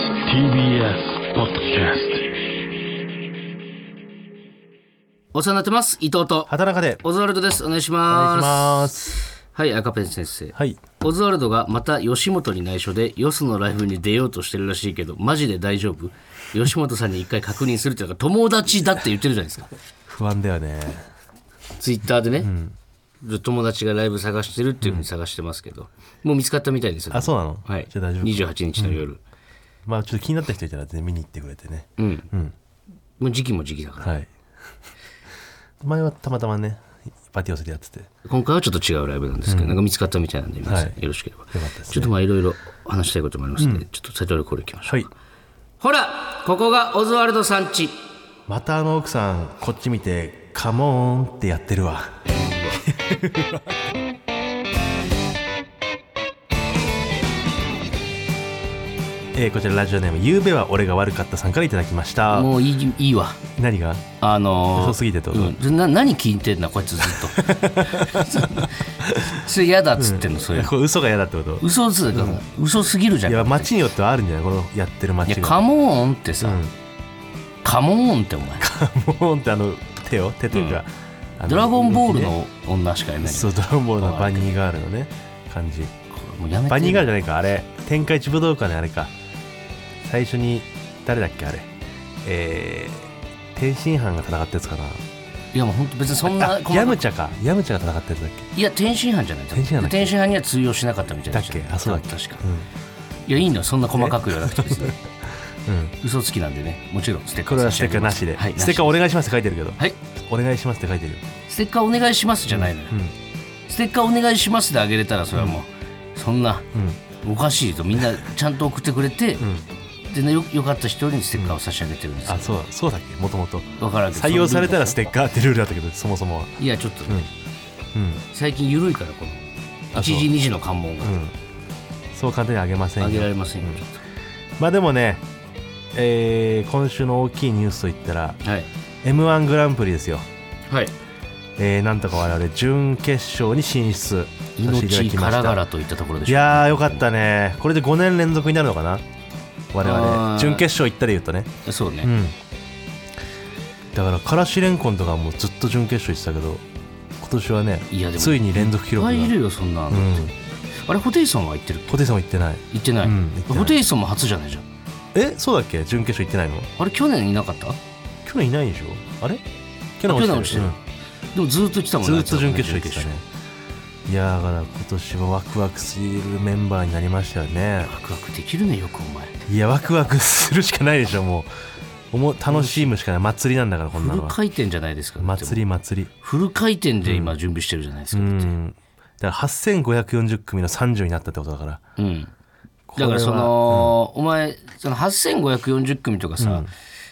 TBS ポッドキャスお世話になってます。伊藤と。畑中でオズワルドです。お願いしお願まいしす。ますはい、赤ペン先生。はいオズワルドがまた吉本に内緒で、よそのライブに出ようとしてるらしいけど、マジで大丈夫吉本さんに一回確認するっていうか、友達だって言ってるじゃないですか。不安だよねツイッターでね。友達がライブ探してるっていうふうに探してますけど、もう見つかったみたいですよ、あそうなのはい。じゃあ大丈夫28日の夜。まあちょっと気になった人いたら全然見に行ってくれてねうん。もう時期も時期だから。はい 前はたまたまねパティオスでやってて今回はちょっと違うライブなんですけど、なんか見つかったみたいなんで、皆さん、はいよろしければ。かったですねちょっとまあいろいろ話したいこともありますので、ちょっと先ほどこれいきましょう。はいほら、ここがオズワルドさん家。またあの奥さんこっち見てカモーンってやってるわ えーこちらラジオネーム「ゆうべは俺が悪かった」さんからいただきましたもういいいいわ。何があのー、遅すぎてってことうんでな何聞いてんだ、こいつずっと。 それ嫌だっつってんの、それ。これ嘘が嫌だってこと嘘つうか、嘘すぎるじゃん。いいやや、街によってはあるんじゃないこのやってる街がカモーンってさ、うんカモーンってお前。モーンってあの手を手というか、あのドラゴンボールの女しかいない。そうドラゴンボールのバニーガールのね感じもうやめて。バニーガールじゃないかあれ天下一武道館のあれか最初に誰だっけあれえー、天津飯が戦ったやつかないや、もう本当別にそんなあ細かくヤムチャかヤムチャが戦ったやつだっけいや、天津飯じゃない。天津飯だっけ天津飯には通用しなかったみたいだなっけあそうだっけ確か。いや、いいんだよ。そんな細かく言わなくて別に。 うん、うん、嘘つきなんでね。もちろん、ステッカこーれはス差しテッカー上げなますしで、はい、ステッカーなしお願いしますって書いてるけどはい。お願いしますって書いてるよ、ステッカーお願いしますじゃないのよ。うステッカーお願いしますであげれたら、それはもう、そんんな、うんおかしいと。みんなちゃんと送ってくれて、でね、よよかった人にステッカーを差し上げてるんですよあ。そうだそうだっけもともとわからんけど採用されたらスそテッカーってルールだったけどそもそもはのいや、ちょっとね、うん最近緩いから、この、1あそ時、う2時の関門がうんそう簡単にあげませんよあげられませんよ。ちょっまあでもね、えー今週の大きいニュースといったらとはい。 m 1グランプリですよ、はい。えーなんとか我々準決勝に進出させていただ命きまかしらがたらといったところでしいょうかやーよかったねこれで5年連続になるのかな我あー々準決勝行ったで言うとねそうね、うんだからからしれんこんとかもうずっと準決勝行ってたけど今年はねいやでもついに連続記いっ録ぱがいいるよそんなの、うんあれホテイソンは行ってる小手さんも行ってない行ってない,、うん行ってないホテイソンも初じゃないじゃんえそうだっけ準決勝行ってないのあれ去年いなかった去年いないでしょあれ去年あ去落ちてる年落ちてる、でもずっと来たもんずねっと準決勝行っあていつたらねねいやーだから今年はワクワクするメンバーになりましたよねワクワクできるねよくお前いやワクワクするしかないでしょもうおも楽しむしかない祭りなんだからこんなフルのは回転じゃないですか祭りり祭りフル回転で今準備してるじゃないですうか、んだから8540組の30になったってことだからうんこれだはからその、お前その8540組とかさ、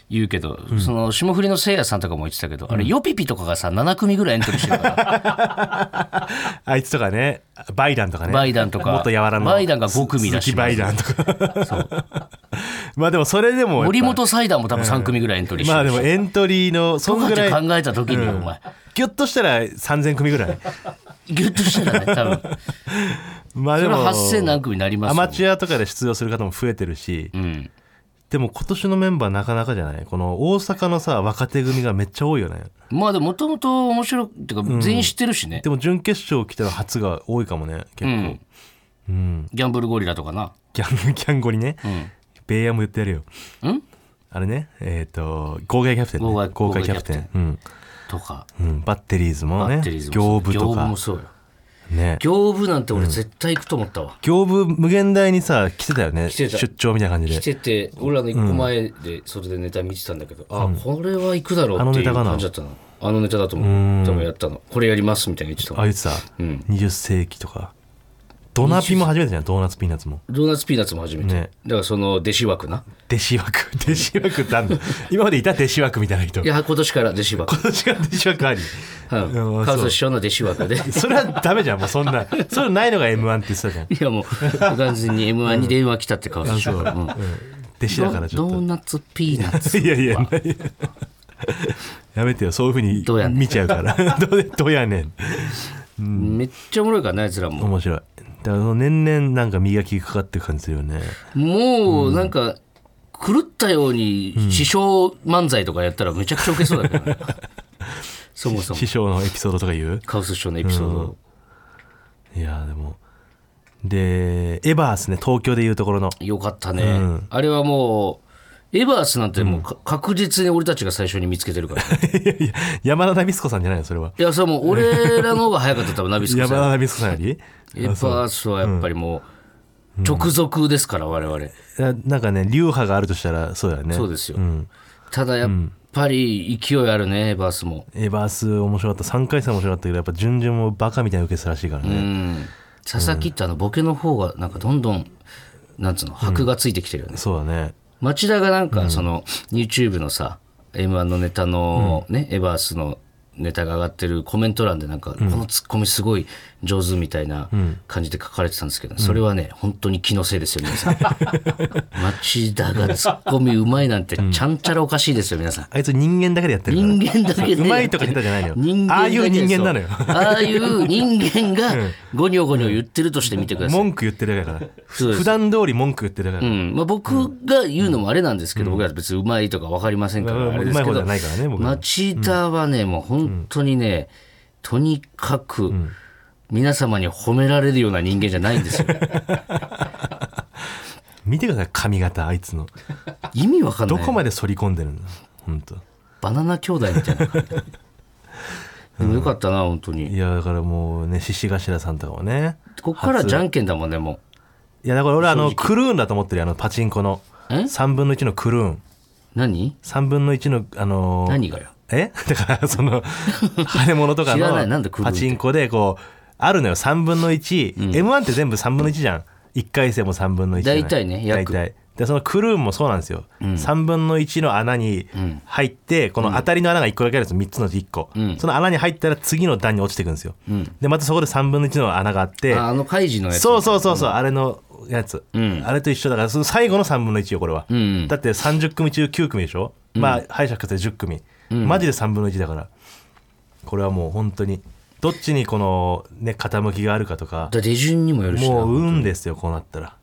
言うけど、その霜降りのせいやさんとかも言ってたけど、あれヨピピとかがさ7組ぐらいエントリーしてるから あいつとかねバイダンとかねバイダンとかもっと柔らのバイダンが5組だし鈴木バイダンとか まあでもそれでもやっぱ森本サイダーも多分3組ぐらいエントリーしてまあるでし、もエントリーのそんぐらとかっいて考えた時にうんお前ぎゅっとしたら3000組ぐらいギュッとし たらね多分まあそでれもは8000何組になりまアすよマチュアとかで出場する方も増えてるし、うんでも今年のメンバーなかなかじゃないこの大阪のさ若手組がめっちゃ多いよねまあでももともと面白いっていうか全員知ってるしね、でも準決勝来たら初が多いかもね結構、うんギャンブルゴリラとかなギャン ギャンゴにね、ベイヤも言ってやるよんあれねえっ、と豪快キャプテン、ね、豪快豪快キャプテン豪快とか、うん、うん、バッテリーズもねバッテリーズも行部と行部かもそうよね行部なんて俺絶対行くと思ったわ、行部無限大にさ来てたよねてた出張みたいな感じ来でてて俺らの一個前でそれでネタ見てたんだけど、あこれは行くだろうっていうあのネタかな感じだったのあのネタだと思う多分やったのこれやりますみたいに言ってたあの言ってた、うん20世紀とかドナピも初めてじゃんドーナツピーナッツもドーナツピーナッツも初めて、ねだからその弟子枠な弟子枠 弟子枠ってあんの今までいた弟子枠みたいな人いや今年から弟子 枠今年から弟子枠ありうそん、川う添師匠の弟子枠で。いそれはダメじゃんもうそんなそれないのが m 1って言ってたじゃん やもう、完全に M1 に電話来たって川添師匠が。うん弟子だからちょドっドーナツピーナッツ。といやいやいややめてよそういうふうにどうやね ん見ちゃうからどうどうやねん めっちゃおもろいからなやつらも面白いだからその年々なんか磨きがかかってる感じするよねもうなんか狂ったように師匠漫才とかやったらめちゃくちゃ受けそうだけどね そもそも師匠のエピソードとか言うカオス師匠のエピソード、いやーでもでエバースね東京でいうところのよかったね、んあれはもうエバースなんてもうか確実に俺たちが最初に見つけてるから、 ね、いやいや山田奈美津子さんじゃないのそれはいやそれはもう俺らの方が早かった多分ナビスコ山田さん奈美津子さんよりエバあそうースはやっぱりもう直属ですから我々、ななんかね流派があるとしたらそうだよねそうですよんただやっぱり勢いあるねエバースもエバース面白かった3回戦面白かったけどやっぱ順々もバカみたいな受けてたらしいからうね、ん佐々木ってあのボケの方がなんかどんどんなんつうの箔がついてきてるよね、そうだね町田がなんかその YouTube のさ m 1のネタのね、エバースのネタが上がってるコメント欄でなんか、このツッコミすごい上手みたいな感じで書かれてたんですけど、それはね本当に気のせいですよ皆 さん町田がツッコミうまいなんてちゃんちゃらおかしいですよ皆さんあいつ人間だけでやってるから、ね、人間だけで うまいとか下手じゃないのよ人間ああいう人間なのよだけそうああいう人 間がゴニョゴニョ言ってるとして見てください、文句言ってるだけだからそうです普段通り文句言ってるだけうだかんまあ、僕が言うのもあれなんですけど、僕ら別にうまいとか分かりませんから、うんあれでうますけい方じどゃないからね僕ら町田はねもう本当にね、とにかく皆様に褒められるような人間じゃないんで すよら見てください髪型あいつの意味わかんなどいこまで反り込んでるの本当バナナ兄弟みたい なでもよかったな本当いにやだからもうね獅子頭さんとかもねここからじゃんけんだもんねもういやだから俺あのクルーンだと思ってるよあのパチンコのえ3分の1のクルーン何3分の1のあのー何がよえ だからそ の跳ね物とか知らないなんでのクルーンパってチンコでこうあるのよ3分の 1M1 って全部3分の1じゃん1回戦も3分の1じゃない大体ね大約体でそのクルーンもそうなんですよ、3分の1の穴に入ってこの当たりの穴が1個だけあるんですよ3つのうち1個、んその穴に入ったら次の段に落ちていくんですよ、でまたそこで3分の1の穴があってああのカイジのやつそうそうそうそう、あれのやつ、んあれと一緒だからその最後の3分の1よこれは、んだって30組中9組でしょ、まあ敗者復活で10組、マジで3分の1だからこれはもう本当にどっちにこのね傾きがあるかとかだ手順にもよるしなもう運ですよこうなったら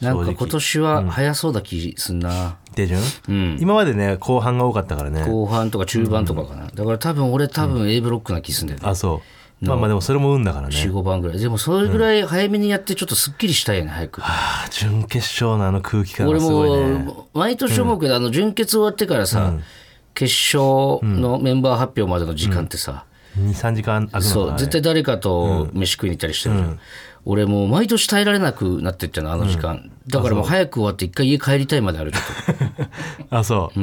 なん正か直今年は早そうだ気すんな、手順、うん今までね後半が多かったからね後半とか中盤とかかな、だから多分俺多分 A ブロックな気すんだよね、あそうまあまあでもそれも運だからね45番ぐらいでもそれぐらい早めにやってちょっとすっきりしたいよね早く、ああ準決勝のあの空気感俺がすごいねも毎年思うけど、あの準決終わってからさ、決勝のメンバー発表までの時間ってさ、 23時間空くのかそなあれう絶対誰かと飯食いに行ったりしてるじゃん、俺もう毎年耐えられなくなってっちゃうのあの時間、だからもう早く終わって一回家帰りたいまであるちょっとあそう、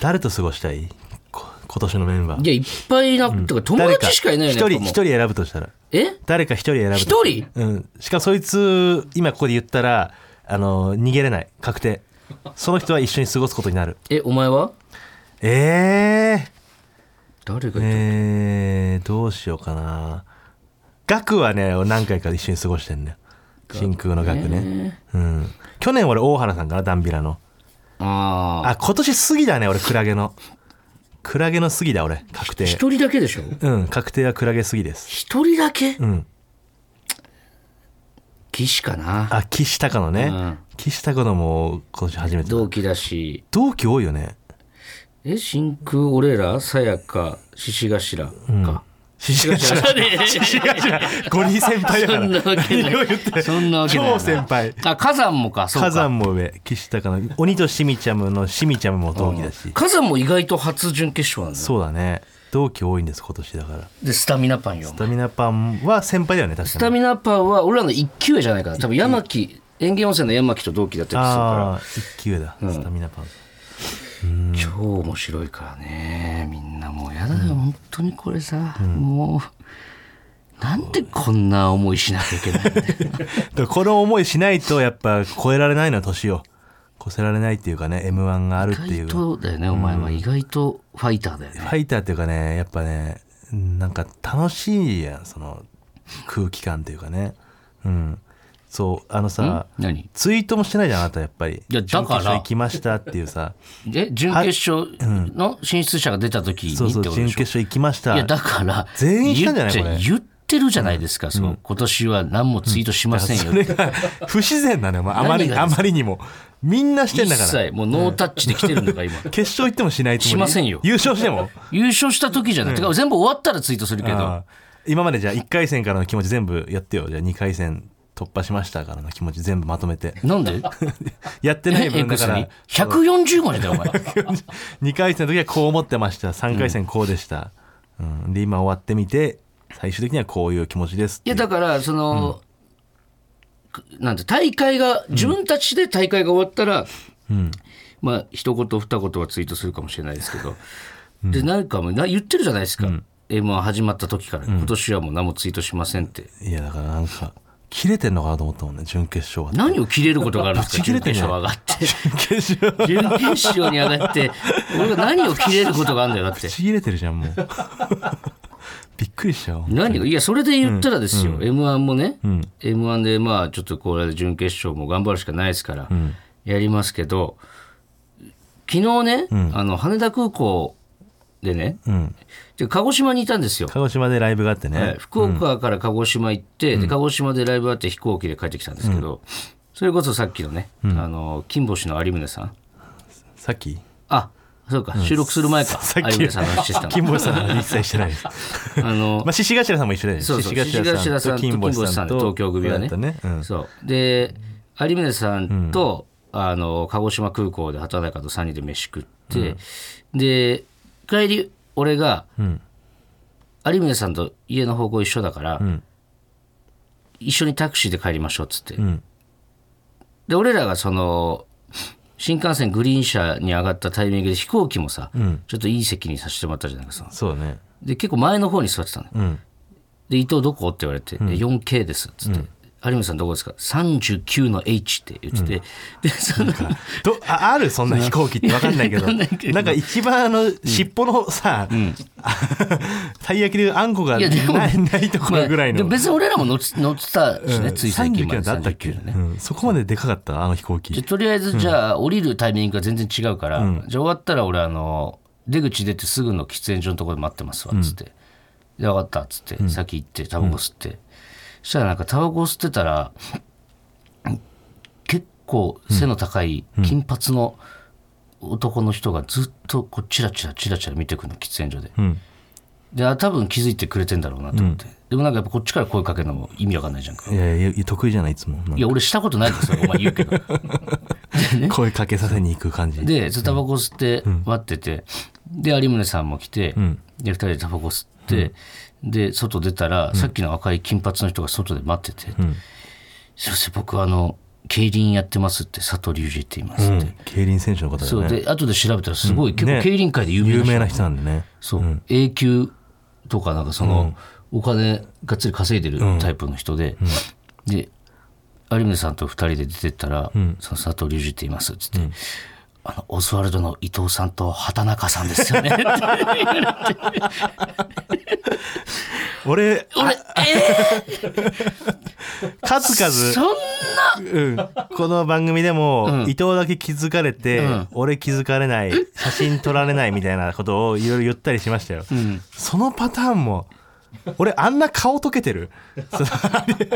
誰と過ごしたいこ今年のメンバー いや、いっぱいな、てか友誰達しかいないよ一ね。やっ人、一ぱもう人選ぶとしたら。え誰か一人選ぶと一人うん。しかもそいつ、今ここで言ったら、あの、逃げれない。確定。その人は一緒に過ごすことになる。え、お前はえ誰ー、がいたえー、どうしようかな。学はね、何回か一緒に過ごしてんね。真空の学ね。うん。去年俺、大原さんかな、ダンビラの。ああ。あ、今年杉だね、俺、クラゲの。クラゲの杉だ、俺、確定。一人だけでしょうん、確定はクラゲ杉です。一人だけうん。岸かな。あ、岸高野ね。うん岸高野も今年初めて。同期だし。同期多いよね。え、真空、俺ら、さやか、獅子頭か。獅子頭。ゴリ先輩だか そんなわら。け何をな言ってい。そんなわけないな。超先輩。あ、火山もか、そうか。火山も上、岸高野。鬼としみちゃむのしみちゃむも同期だし。火山も意外と初準決勝なんだよ。そうだね。同期多いんです、今年だから。で、スタミナパンよ。スタミナパンは先輩だよね、ス確かタに。ミナパンは、俺らの一級上じゃないかな。多分、山木、園芸温泉の山木と同期だったりするから。ああ、一級だ。スタミナパン。超面白いからねみんなもうやだよ、本当にこれさ、もうなんでこんな思いしなきゃいけな いんだよだからこの思いしないと、やっぱ超えられないのは年を。越せられないっていうかね、M1 があるってい意外う。とだよねお前は意外とファイターだよね、ファイターっていうかねやっぱねなんか楽しいやんその空気感っていうかねうんそうあのさん何ツイートもしてないじゃんあなたやっぱりいやだか準ら決勝行きましたっていうさえ準決勝の進出者が出た時にってそうこそうとで準しょ決勝行きましたいやだから全員来たんじゃない言っちこれ言っってるじゃないですか、その今年は何もツイートしませんよ、それが不自然なのよ、まあ、あま何りがあですまりにもみんなしてん一だから切もうノータッチで来てるんだから 今決勝行ってもしないとしませんよ優勝しても優勝した時じゃなくて、てか全部終わったらツイートするけどあー今までじゃあ1回戦からの気持ち全部やってよじゃあ2回戦突破しましたからの気持ち全部まとめてなんでやってない分だ X かにら140文字だよお 前2回戦の時はこう思ってました3回戦こうでした、うんで今終わってみて最終的にはこういう気持ちですっいていやうだからその、なんて大会が自分たちで大会が終わったら、まあ一言二言はツイートするかもしれないですけど、でなんかもうな言ってるじゃないですか、m 1始まった時から、今年はもう何もツイートしませんっていやだからなんか切れてんのかなと思ったもんね準決勝は何を切れることがあるんですぶかち切れ準てん決じゃん準決勝勝上が って準決勝に上がって俺が何を切れることがあるんだよだってちぎれてるじゃんもう びっくりしちゃう何がいやそれで言ったらですよ、m 1もね、m 1でまあちょっとこれで準決勝も頑張るしかないですから、やりますけど昨日ね、あの羽田空港でねうんで鹿児島にいたんですよ、鹿児島でライブがあってね、はい福岡から鹿児島行って、で鹿児島でライブあって飛行機で帰ってきたんですけど、それこそさっきのね、あの金星の有宗さんさっきあそうか、収録する前かさっ有き宗さんの話してた金の。星さんは一切してない ですあのまあ、獅子頭さんも一緒だよね。そうそう獅子頭さんと金星さんと東京組はねだったうんそうで有宗さんと、あの鹿児島空港で畑中と3人で飯食って、で帰り俺が、ん有宗さんと家の方向一緒だから、一緒にタクシーで帰りましょうっつって、んで俺らがその新幹線グリーン車に上がったタイミングで飛行機もさ、ちょっといい席にさせてもらったじゃないですかそうね。で結構前の方に座ってたのよ、んで伊藤どこって言われて「え 4K です」っつって、有村さんどこですか39の H って言ってて、でそ のどああるそんな飛行機って分かんない けどなんか一番あの尻尾のさ、 たい焼きでいうあんこがいなやでもいないところぐらいまあでの、も別に俺らも乗って乗ってたしね、つい最近まで39だったっけ、 39ねうんそこまででかかったあの飛行で機とりあえずじゃあ降りるタイミングが全然違うから、じゃあ終わったら俺あの出口出てすぐの喫煙所のところで待ってますわっつって、で分かったっつって、先行ってタバコ吸って、そしたらなんかタバコ吸ってたら結構背の高い金髪の男の人がずっとこうチラチラチラチラ見てくるの喫煙所で。んであ多分気づいてくれてんだろうなと思って、でもなんかやっぱこっちから声かけるのも意味わかんないじゃんかいやいやいや得意じゃないいつもなんかいや俺したことないですよお前言うけど声かけさせに行く感じでずっとタバコ吸って待ってて、で有宗さんも来て、で2人でタバコ吸って、で外出たら、さっきの赤い金髪の人が外で待ってて「すいません僕あの競輪やってます」って佐藤隆二って言いますって、競輪選手の方だそようねで後で調べたらすごい、結ね構競輪界で有名な有人名な人なんでねそう、A 級とかなんかその、お金がっつり稼いでるタイプの人で、で有宗さんと2人で出てったら「その佐藤隆二って言います」っつって。あのオズワルドの伊藤さんと畑中さんですよね。俺俺、え 数々ー、そんな、うん、この番組でも、伊藤だけ気づかれて、俺気づかれない写真撮られないみたいなことをいろいろ言ったりしましたよ、そのパターンも俺あんな顔溶けてるその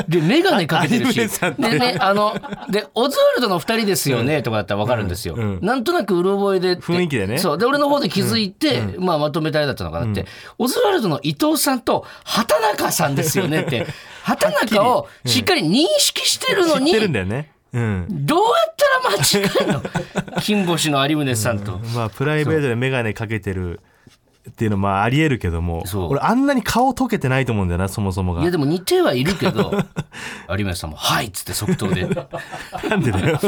で、メガネかけてる有宗しさんっ、てでね、あの、で、オズワルドの2人ですよねとかだったら分かるんですよ。うんなんとなくうろ覚えでって。雰囲気でねそう。で、俺の方で気づいて、まあ、まとめたあれだったのかなって、オズワルドの伊藤さんと畑中さんですよ ねって、畑中をしっかり認識してるの知っに、てるんだよねうんどうやったら間違えんの 金星の有宗さんと。まあプライベートで眼鏡かけてるっていうのもありえるけどもそう俺あんなに顔溶けてないと思うんだよなそもそもがいやでも似てはいるけど有宗さんも「はい」っつって 即答でなんでだよ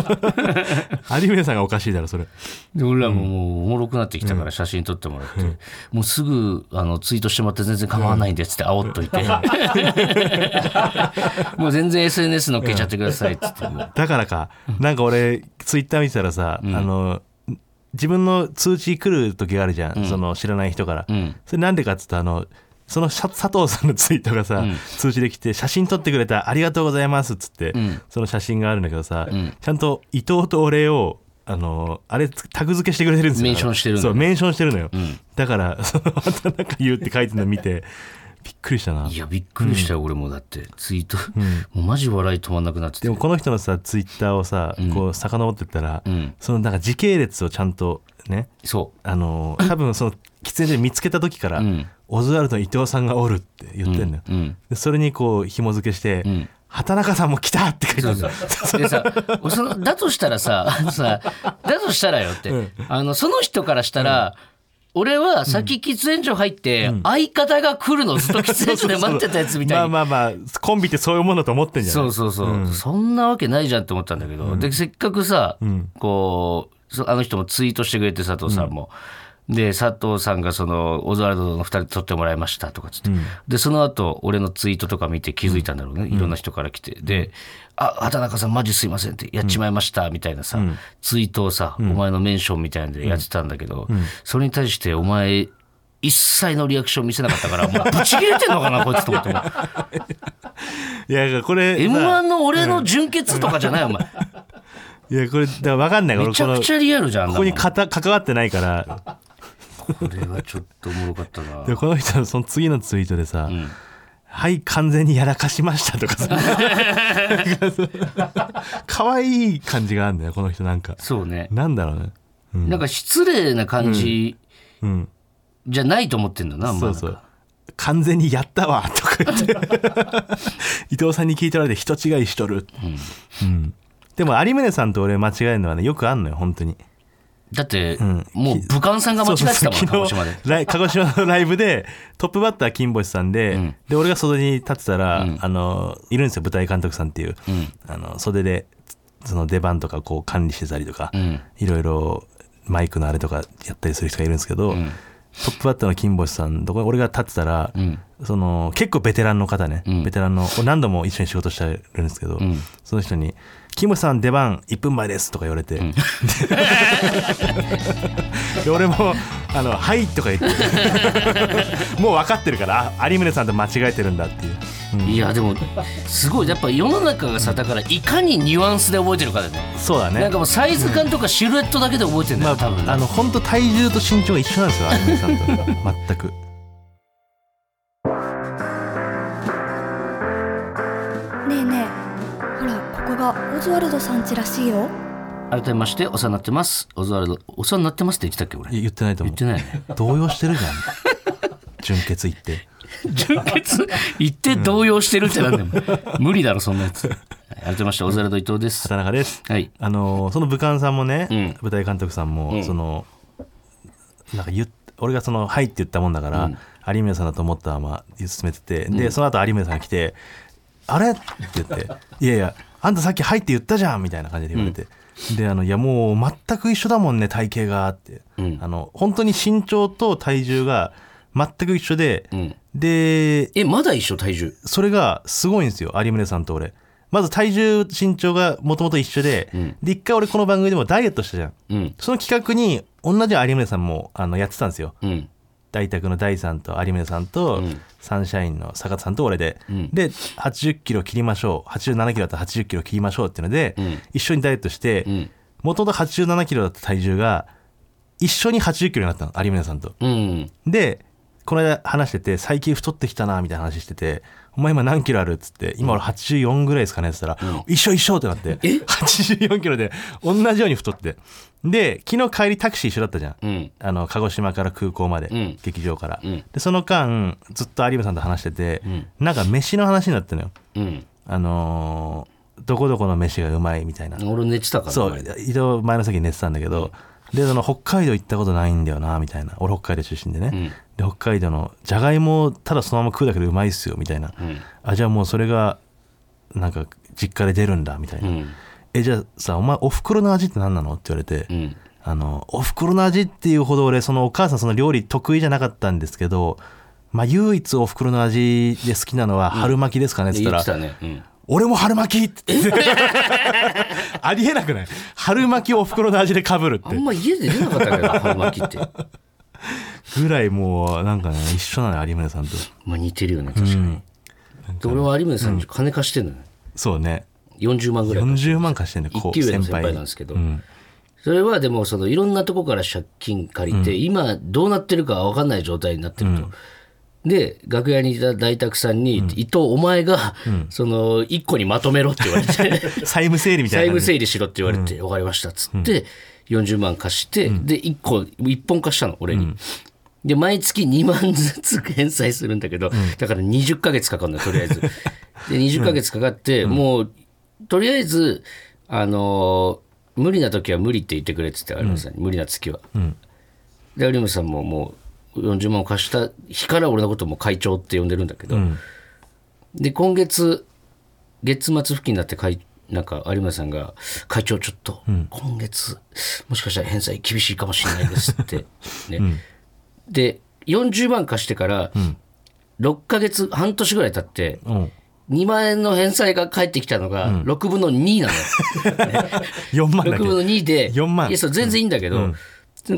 有宗さんがおかしいだろそれで俺らももうおもろくなってきたから写真撮ってもらって、もうすぐあのツイートしてもらって全然構わないんでっつって煽 っといて、もう全然 SNS のっけちゃってくださいっつって、もうだからか、なんか俺、ツイッター見てたらさ、あの、自分の通知来る時があるじゃん、その知らない人から。んそれなんでかっつったらあの、そのしゃ佐藤さんのツイートがさ、通知できて、写真撮ってくれた、ありがとうございますっつって、んその写真があるんだけどさ、ちゃんと伊藤とお礼を、あの、あれ、タグ付けしてくれてるんですよ。メンションしてるん だそう、メンションしてるのよ。だから、その、畑中優って書いてるの見て、びっくりしたないやびっくりしたよ、俺もだってツイート、もうマジ笑い止まんなくなっててでもこの人のさツイッターをさ、こう遡ってったら、うんそのなんか時系列をちゃんとねそあのー多分その喫煙所で見つけた時から、うんオズワルドの伊藤さんがおるって言ってんのよ、ううんでそれにこう紐付けして、うん畑中さんも来たって書いてあそるうそ う でさ俺そのだとしたらさあのさだとしたらよって、あのその人からしたら、俺は先喫煙所入って、相方が来るのずっと喫煙所で待ってたやつみたいまあにまあまあコンビってそういうものだと思ってんじゃないそうそうそう、そんなわけないじゃんって思ったんだけど、でせっかくさ、こうそあの人もツイートしてくれて佐藤さんも、で佐藤さんがそのオズワルドの2人撮ってもらいましたとかっつって、でその後俺のツイートとか見て気づいたんだろうね、いろんな人から来てで「あ畑中さんマジすいません」って「やっちまいました」みたいなさ、ツイートをさ、お前のメンションみたいなんでやってたんだけど、それに対してお前一切のリアクション見せなかったから、もうぶち切れてんのかな、こいつと思って。いやいやこれ M1 の俺の純潔とかじゃない、お前。いやこれだから分かんないからめちゃくちゃリアルじゃん。ここにあんかた関わってないからなもんこれはちょっとおもろかったな。でこの人のその次のツイートでさ「はい完全にやらかしました」とか さなんかそう可愛い感じがあるんだよこの人なんかそうね。なんだろうねなんか失礼な感じうんじゃないと思ってんだな、お前そうそう完全にやったわとか言って 伊藤さんに聞いてられて人違いしとる、うんでも有宗さんと俺間違えるのはねよくあんのよ本当にだって、もう武漢さんが間違ってたもん、鹿児島で。ライ鹿児島のライブでトップバッター金星さんで、んで俺が袖に立ってたら、あのいるんですよ舞台監督さんっていう、んあの袖でその出番とかこう管理してたりとか、うん。いろいろマイクのあれとかやったりする人がいるんですけど、んトップバッターの金星さんとこ俺が立ってたら、うん。その結構ベテランの方ね、うんベテランの俺何度も一緒に仕事してるんですけど、んその人に「キムさん出番1分前です」とか言われて、で俺も「あのはい」とか言ってもう分かってるからあ有宗さんと間違えてるんだっていう、いや、でも、すごい。やっぱ世の中がさ、だから、いかにニュアンスで覚えてるかだよね。そうだねなんかもうサイズ感とかシルエットだけで覚えてんだまよ、多分ね。あ、あの本当体重と身長が一緒なんですよ有宗さんと全く。ねえねえほらここがオズワルドさん家らしいよ改めまして、お世話になってます。オズワルド、お世話になってますって言ってたっけ、俺。言ってないと思言うってないよね。動揺してるじゃん純潔行って純潔行って動揺してるってなんでも、無理だろそんなやつ改めましてオズワルド伊藤です畑中ですはいあのーその武漢さんもね、うん舞台監督さんも、うんそのなんか言っ俺がその「はい」って言ったもんだから、有村さんだと思ったまま進めててで、その後有村さんが来て「あれ?」って言って「いやいやあんたさっき「はい」って言ったじゃん」みたいな感じで言われて。であのいやもう全く一緒だもんね体型がって、うんあの本当に身長と体重が全く一緒で、んでえまだ一緒体重それがすごいんですよ有宗さんと俺まず体重身長がもともと一緒で、で一回俺この番組でもダイエットしたじゃんうんその企画に同じ有宗さんもあのやってたんですようん大宅の大さんと有宗さんと、んサンシャインの坂田さんと俺で、んで80キロ切りましょう87キロだったら80キロ切りましょうっていうので、ん一緒にダイエットしてうんもともと87キロだった体重が一緒に80キロになったの有宗さんとうんでこの間話してて最近太ってきたなみたいな話してて「お前今何キロある?」っつって「今俺84ぐらいですかね」っつったら「一緒一緒」ってなって84キロで同じように太ってで昨日帰りタクシー一緒だったじゃん、うんあの鹿児島から空港まで、ん劇場から、んでその間ずっと有馬さんと話してて、なんか飯の話になってのようんあのーどこどこの飯がうまいみたいな俺寝てたからそう移動前の席に寝てたんだけど、でその北海道行ったことないんだよなみたいな俺北海道出身でね、で北海道のじゃがいもをただそのまま食うだけでうまいっすよみたいな、んあじゃあもうそれがなんか実家で出るんだみたいうな、んえじゃあさお前おふくろの味って何なのって言われて、うんあのおふくろの味っていうほど俺そのお母さんその料理得意じゃなかったんですけどまあ唯一おふくろの味で好きなのは春巻きですかねって言言ったっら、てたねうん俺も春巻きって言って ありえなくない春巻きをお袋の味でかぶるっあてんま家で出なかったけど 春巻きってぐらいもうなんかね一緒なの有村さんとまあ似てるよね確かにで俺は有村さんに金貸してんのよそうね40万ぐらい40万貸してんだ一級上の先輩なんですけどうんそれはでもそのいろんなとこから借金借りて、今どうなってるか分かんない状態になってると、で楽屋にいた大沢さんに、伊藤お前が、その一個にまとめろって言われて債務整理みたい債な務感じ整理しろって言われて、分かりましたっつって、40万貸して、で1個1本貸したの俺に、で毎月2万ずつ返済するんだけど、だから20ヶ月かかるのよとりあえ ずで20ヶ月かかって、もうとりあえずあのー無理な時は無理って言ってくれって言って有村さんに、無理な月は、で有村さんももう40万を貸した日から俺のことも会長って呼んでるんだけど、で今月月末付近になってかいなんか有村さんが「会長ちょっと今月もしかしたら返済厳しいかもしれないです」って、ねで40万貸してから6ヶ月半年ぐらい経ってうん2万円の返済が返ってきたのが6分の2なの4よ。万だけ6分の2で、 4万いや、そう全然いいんだけど、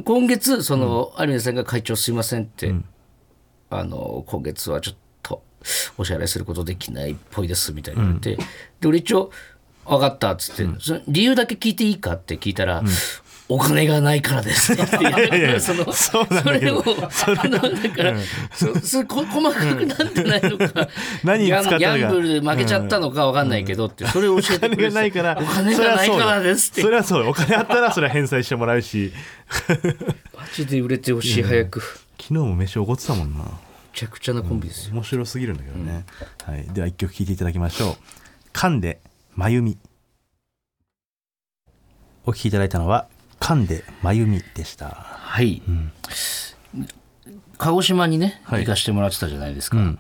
今月、その、有、さんが会長すいませんって、あの、今月はちょっとお支払いすることできないっぽいですみたいに言って、で、俺一応、分かったっつって、その理由だけ聞いていいかって聞いたら、お金がないからですって言われて そのそうなんそだけれどをあのだから、そ そこ細かくなってないのか、 何にギ使ャったのかンギャンブルで負けちゃったのか分かんないけどって、それを教えてお金くれがてないからお金がないからですってそれはそうよお金あったらそれは返済してもらうしマジで売れてほしい、早く。め昨日も飯おごってたもんなちゃくちゃなコンビですよ。面白すぎるんだけどね、はい、では一曲聴いていただきましょう「噛んでまゆみ」お聴きいただいたのは「噛んでまゆみ」でしたはい。鹿児島にね、はい行かしてもらってたじゃないですか。うん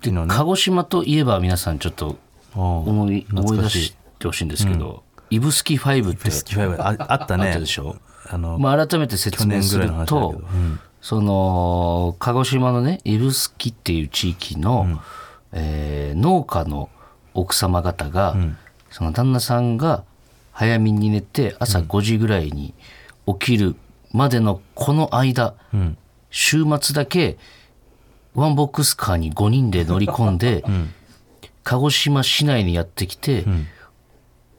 で、昨日ね鹿児島といえば皆さんちょっと思い思い出ししてほしいんですけど、イブスキファイブって、スキファイブああったねあったでしょあの、まあ、改めて説明する去年ぐらいの話だとけど、うんその、鹿児島のね、指宿っていう地域の、えー農家の奥様方が、その旦那さんが早めに寝て、朝5時ぐらいに起きるまでのこの間、ん週末だけ、ワンボックスカーに5人で乗り込ん で、鹿児島市内にやってきて、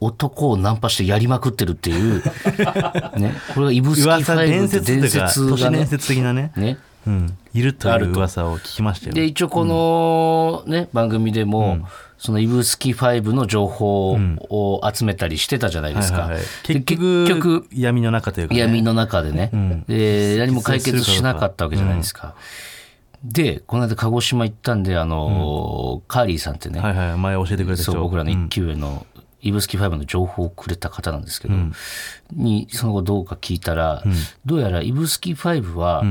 男をナンパしてやりまくってるっ ていう、ね、これがイブスキフ噂ァイブ伝って説というか伝都説市がね伝説的なね、ねうん、いるとあいるうと噂を聞きましたよで一応この、ね番組でも、そのイブスキ5の情報を集めたりしてたじゃないですか。はいはいはいで結局結局闇の中というか、ね、闇の中でね、で何も解決しなかったわけじゃないですか。でこの間鹿児島行ったんであの、カーリーさんってね、はいはい前教えてくれたそう人僕らの一級上の、イブスキ5の情報をくれた方なんですけど、にその後どうか聞いたら、どうやらイブスキ5は、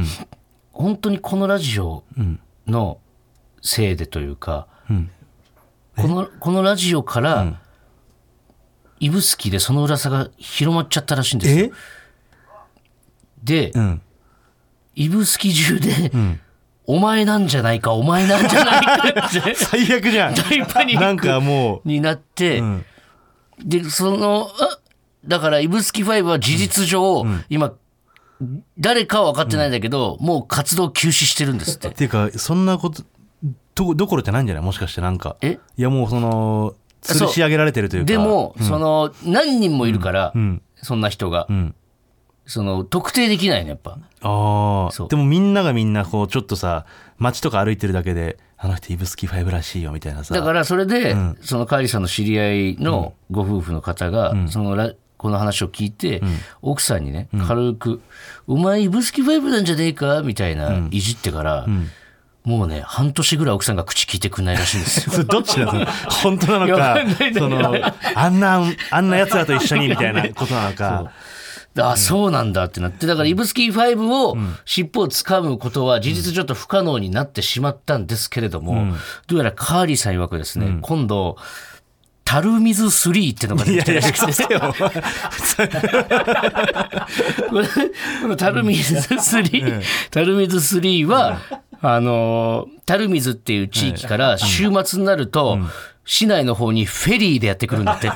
本当にこのラジオのせいでというか、このこのラジオから、イブスキでその噂が広まっちゃったらしいんですよえ。で、うんイブスキ中で、お前なんじゃないか、お前なんじゃないか って、最悪じゃん大パニックなんかもになって、んで、その、あだから、指宿5は事実上、今、誰かは分かってないんだけど、もう活動休止してるんですっうて。っていうかそんなことどどころじゃないんじゃないもしかしてなんかえいやもうそのそう吊るし上げられてるというかでも、その、何人もいるから、んそんな人が、んその、特定できないね、やっぱ。あそあうでもみんながみんなこうちょっとさ街とか歩いてるだけであの人指宿ファイブらしいよみたいなさだから、それで、んその、カーリーさんの知り合いのご夫婦の方が、そのラ、この話を聞いて、奥さんにね、軽く、お前、指宿5なんじゃねえかみたいな、いじってから、もうね、半年ぐらい奥さんが口聞いてくんないらしいんです よ。それどっちなの本当なのかいやわかんないんだけどそのあんなあんな奴らと一緒にみたいなことなのかあ、そうなんだってなって、だから、イブスキー5を、尻尾を掴むことは、事実ちょっと不可能になってしまったんですけれども、どうやらカーリーさん曰くですね、今度、タルミズ3ってのがい出やていきやたらしくくて、せ よこれこのタ ルミズ3、タルミズ3は、あのー、タルミズっていう地域から週末になると、市内の方にフェリーでやってくるん だって。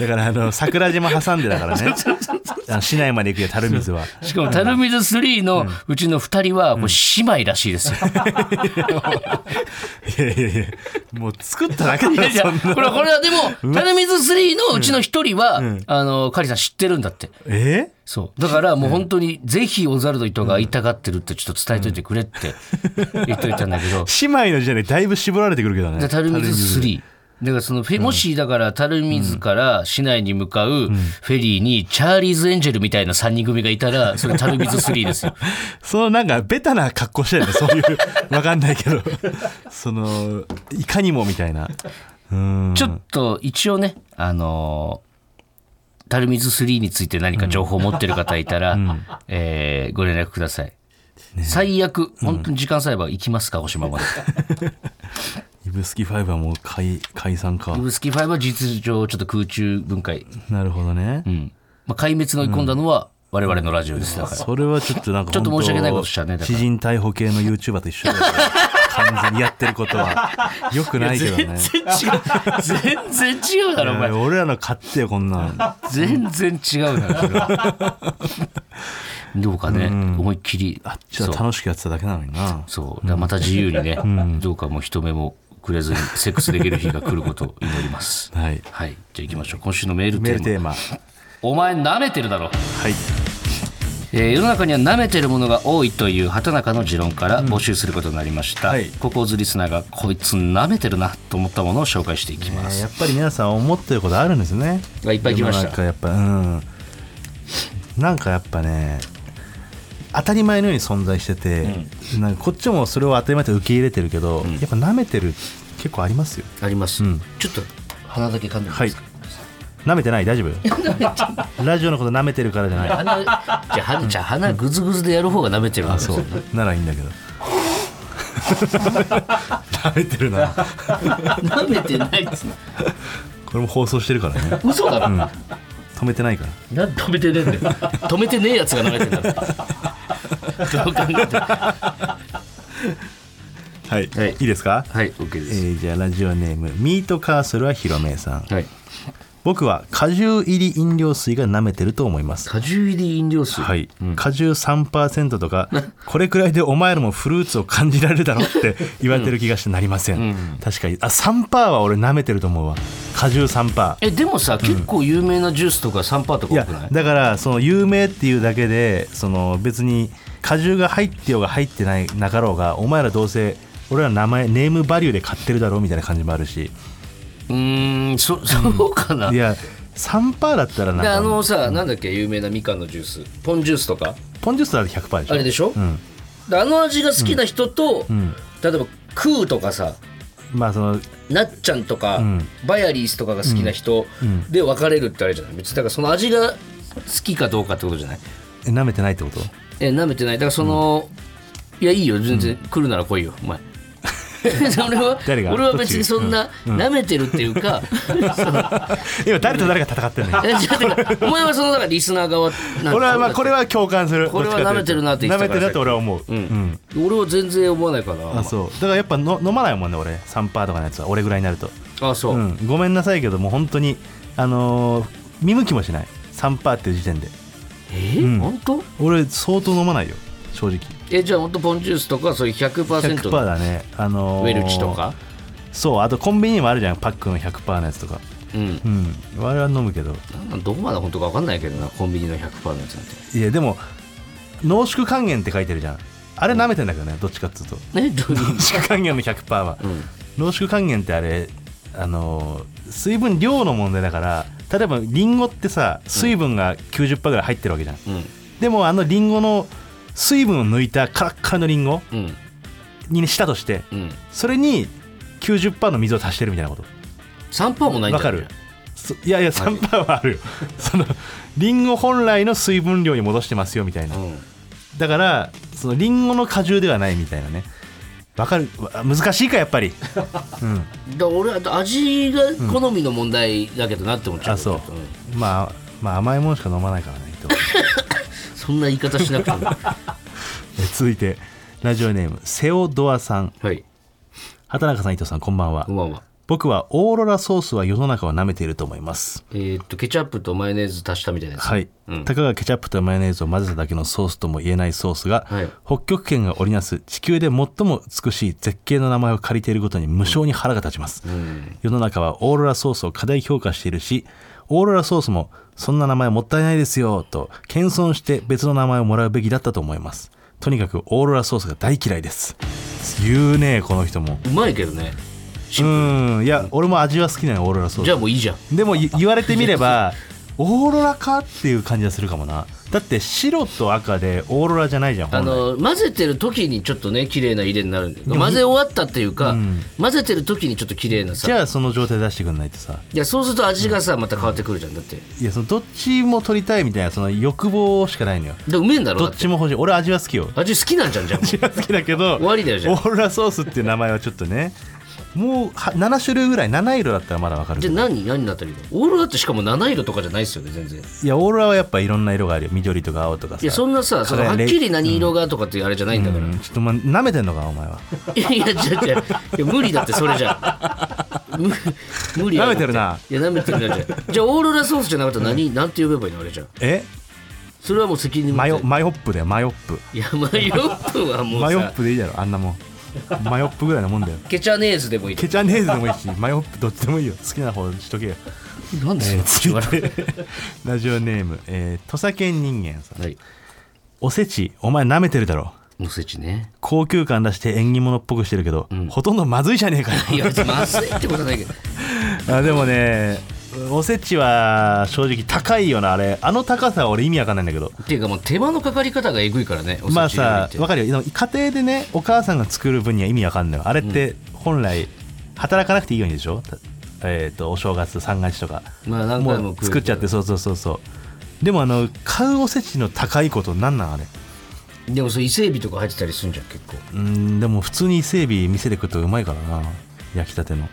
だからあの桜島挟んでだから ねあの市内まで行くよ樽水はしかも、タルミズ3のうちの2人は、こう姉妹らしいですよ。 いやいやいやもう作っただけだいやよいやそんなこれは、これはでも、タルミズ3のうちの1人は、あの、カリさん知ってるんだって。えそう。だからもう本当に、ぜひオザルド伊藤が会いたがってるってちょっと伝えといてくれって言っといたんだけど、姉妹の時代でだいぶ絞られてくるけどねで、タルミズ3。だからそのフェもしだから垂水から市内に向かうフェリーにチャーリーズ・エンジェルみたいな3人組がいた らそれ垂水3ですよ。そのなんかベタな格好してるねそういうわかんないけどそのいかにもみたいなうんちょっと一応ね、あのー、タルミズ3について何か情報を持ってる方いたら、えーご連絡ください。最悪、本当に時間さえば行きますか、鹿児 島まで。イブスキ5はもう解解散かイブスキ5は実情ちょっと空中分解。なるほどね、うん。まあ、壊滅の追い込んだのは我々のラジオです。だから。それはちょっとなんかちょっと本当申し訳ないことしたねだから知人逮捕系の YouTuber と一 緒だよね完全にやってることはよくないけどね 全然違う。全然違うだろ、おい前。や俺らの勝手よこんなん全然違うだろそれは、 どうかね、思いっきり。あっちは楽しくやってただけなのになそう。だからまた自由にね、どうかもう人目もくれずに、セックスできる日が来ることを祈ります。 はいはい。じゃあ行きましょう。今週のメールメーテルーテーマ。マはお前舐めてるだろ。いえー世の中には舐めてるものが多いという畑中の持論から募集することになりました、はいここずリスナーがこいつ舐めてるなと思ったものを紹介していきまえーす、やっぱり皆さん思ってることあるんですねあいっぱい来ましたなんかやっぱうんなんかやっぱね当たり前のように存在してて、なんかこっちもそれを当たり前と受け入れてるけど、やっぱ舐めてる結構ありますよあります、うんちょっと鼻だけ噛んでみますか、舐めてない大丈夫 ラジオのこと舐めてるからじゃない鼻じゃあ鼻じゃあ鼻ぐずぐずでやる方が舐めてるあわそうならいいんだけど舐めてるな舐めてないですねこれも放送してるからね嘘だろ、止めてないからなんで止めてねえんだよ止めてねえやつが舐めてんだろどう考えてもははい、はいい、いですか、い OK でえす、ーじゃあラジオネームミートカーソルはひろめいさんはい僕は果汁入り飲料水が舐めてると思います果汁入り飲料水はい、果汁3%と かこれくらいでお前らもフルーツを感じられるだろって言われてる気がしてなりません、確かにあ3%は俺舐めてると思うわ果汁3%えでもさ、結構有名なジュースとか3%とか多いやくないだからその有名っていうだけでその別に果汁が入ってようが入ってないなかろうがお前らどうせ俺ら名前ネームバリューで買ってるだろうみたいな感じもあるしうーんそ そうかな、いや3%だったらなんでかあのさ、なんだっけ有名なみかんのジュースポンジュースとかポンジュースだって100%でしょあれでしょ、うんであの味が好きな人と、例えばクーとかさまあそのなっちゃんとか、んバヤリースとかが好きな人で別れるってあれじゃない別にだからその味が好きかどうかってことじゃないえ舐めてないってことえ舐めてないだからその、いやいいよ全然、来るなら来いよお 前俺は誰俺がは別にそんなうん舐めてるっていう か、今誰と誰が戦ってんのえじゃあだからお前はそのだからリスナー側なんだ俺はまあこれは共感するこれはどっちか舐めてるなって言舐ってめてるたからなって俺は思う、うんうん俺は全然思わないかなあそうだからやっぱの飲まないもんね俺3%とかのやつは俺ぐらいになるとあそう、うん、ごめんなさいけどもう本当にあのー見向きもしない3%っていう時点でえーうん本当俺相当飲まないよ正直えじゃあ本当ポンジュースとかそういう100% 100%のだね、あのウーェルチとか、そうあとコンビニにもあるじゃんパックの100%のやつとかうんうん我々は飲むけどなんなんどこまで本当か分かんないけどなコンビニの100%のやつなんていやでも濃縮還元って書いてるじゃんあれ舐めてんだけどねどっちかっつうとねどういう濃縮還元の100%は、うん濃縮還元ってあれあのー水分量の問題だから例えばリンゴってさ水分が90%ぐらい入ってるわけじゃんうんでもあのリンゴの水分を抜いたカラッカラのリンゴうんにしたとしてうんそれに90%の水を足してるみたいなこと3%もないんわだかよるそいやいや3%はあ るよそのリンゴ本来の水分量に戻してますよみたいなうんだからそのリンゴの果汁ではないみたいなねわかるわ難しいかやっ ぱりうんだから俺は味が好みの問題だけどなって思っちゃう、あそんうまあまあ甘いものしか飲まないからね伊藤そんな言い方しなくても はえ続いてラジオネームセオドアさんい畑中さん伊藤さんこんばんはこんばんは僕はオーロラソースは世の中を舐めていると思いますえーっとケチャップとマヨネーズ足したみたいなやつはい、うんたかがケチャップとマヨネーズを混ぜただけのソースとも言えないソースが、はい北極圏が織りなす地球で最も美しい絶景の名前を借りていることに無性に腹が立ちます、うん世の中はオーロラソースを過大評価しているしオーロラソースもそんな名前もったいないですよと謙遜して別の名前をもらうべきだったと思いますとにかくオーロラソースが大嫌いです言うねこの人もうまいけどねシうンプルんいや俺も味は好きなのオーロラソースじゃあもういいじゃんでもい言われてみればオーロラかっていう感じがするかもなだって白と赤でオーロラじゃないじゃんあ本来の混ぜてる時にちょっとね綺麗な入れになるんだけど混ぜ終わったっていうか、うん混ぜてる時にちょっと綺麗なじさゃあその状態出してくんないとさいやそうすると味がさまた変わってくるじゃんだっていやそのどっちも取りたいみたいなその欲望しかないのよでうめえんだろどだっってちも欲しい俺味は好きよ味好きなんじゃんじゃん味は好きだけど終わりだよじゃあオーロラソースっていう名前はちょっとねもうは7種類ぐらい7色だったらまだわかるじけゃどあ何何になったらいいのオーロラってしかも七色とかじゃないですよね全然いやオーロラはやっぱいろんな色があるよ緑とか青とかさいやそんなさそのはっ輝いきり何色がとかってあれじゃないんだから、うんちょっとま舐めてんのかお前はい やいやじゃあじゃあいや無理だってそれじゃ む無理や舐めてるないや舐めてるなじゃあじゃあオーロラソースじゃなかったら何なんて呼べばいいのあれじゃあえそれはもう責任持っマてヨマヨップだよマヨップいやマヨップはもうマヨッさプでいいだろあんなもんマヨップぐらいなもんだよケチャネーズでもいいケチャネーズでもいいし マヨップどっちでもいいよ好きな方しとけよなんでえー口笑続いて ラジオネーム、えー、土佐犬人間さんうはいおせちお前舐めてるだろおせちね高級感出して縁起物っぽくしてるけど、ほとんどまずいじゃねえかよいや別にまずいってことはないけど あでもね おせちは正直高いよなあれあの高さは俺意味わかんないんだけどっていうかもう手間のかかり方がえぐいからねおせちまあさわかかるよでも家庭でねお母さんが作る分には意味わかんないよあれって本来働かなくていいようにでしょ、たえー、とお正月三が日とかまあ何回ももう作っちゃってそうそうそうそうでもあの買うおせちの高いことなんなんあれでもそれ伊勢エビとか入ってたりするんじゃん結構うんでも普通に伊勢海老店で食うとうまいからな焼きたての